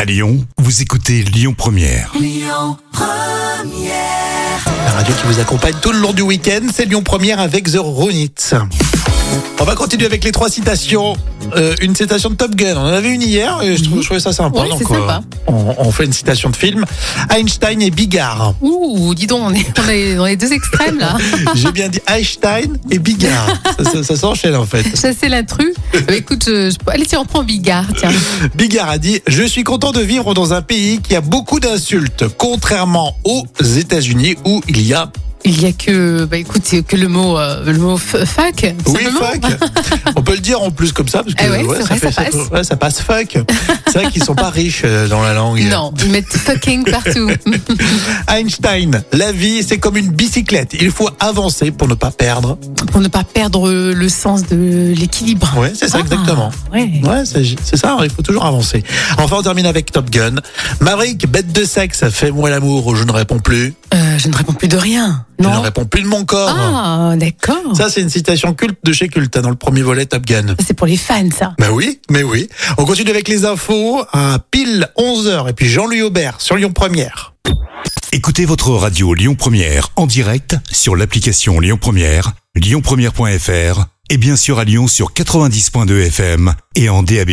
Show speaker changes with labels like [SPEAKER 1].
[SPEAKER 1] À Lyon, vous écoutez Lyon Première.
[SPEAKER 2] La radio qui vous accompagne tout le long du week-end, c'est Lyon Première avec The Ronitz. On va continuer avec les trois citations. Euh, une citation de Top Gun, on en avait une hier et je, trouve, je trouvais ça sympa.
[SPEAKER 3] Ouais,
[SPEAKER 2] donc,
[SPEAKER 3] c'est
[SPEAKER 2] euh,
[SPEAKER 3] sympa.
[SPEAKER 2] on, on fait une citation de film. Einstein et Bigard.
[SPEAKER 3] Ouh, dis donc, on est, on est dans les deux extrêmes là.
[SPEAKER 2] J'ai bien dit Einstein et Bigard. ça ça- ça s'enchaîne en fait.
[SPEAKER 3] Chasser l'intrus. Bah, écoute, je, je- allez, tiens, on prend Bigard, tiens.
[SPEAKER 2] Bigard a dit Je suis content de vivre dans un pays qui a beaucoup d'insultes, contrairement aux États-Unis où il y a.
[SPEAKER 3] Il y a que, bah écoute, c'est que le mot, euh, le mot f- fac. tout
[SPEAKER 2] Oui,
[SPEAKER 3] simplement.
[SPEAKER 2] fuck On peut le dire en plus comme ça, parce que
[SPEAKER 3] Ah ouais, c'est vrai,
[SPEAKER 2] fait-
[SPEAKER 3] ça passe.
[SPEAKER 2] ouais, ça passe fuck. C'est vrai qu'ils sont pas riches euh, dans la langue.
[SPEAKER 3] Non, ils mettent fucking partout.
[SPEAKER 2] Einstein, la vie, c'est comme une bicyclette. Il faut avancer pour ne pas perdre.
[SPEAKER 3] Pour ne pas perdre le sens de l'équilibre.
[SPEAKER 2] Ouais, c'est ça,
[SPEAKER 3] Ah,
[SPEAKER 2] exactement.
[SPEAKER 3] ouais.
[SPEAKER 2] Ouais, c'est c'est ça, hein, il faut toujours avancer. Enfin, on termine avec Top Gun. Maverick, bête de sexe, fais-moi l'amour, je ne réponds plus.
[SPEAKER 3] Euh, je ne réponds plus de rien.
[SPEAKER 2] Je ne
[SPEAKER 3] Non.
[SPEAKER 2] réponds plus de mon corps.
[SPEAKER 3] Ah, d'accord.
[SPEAKER 2] Ça, c'est une citation culte de chez Culte, hein, dans le premier volet Top Gun.
[SPEAKER 3] C'est pour les fans, ça.
[SPEAKER 2] Bah oui, mais oui. On continue avec les infos à pile 11h. Et puis Jean-Louis Aubert sur Lyon Première.
[SPEAKER 1] Écoutez votre radio Lyon Première en direct sur l'application Lyon Première, lyonpremière.fr et bien sûr à Lyon sur 90.2 FM et en DAB+.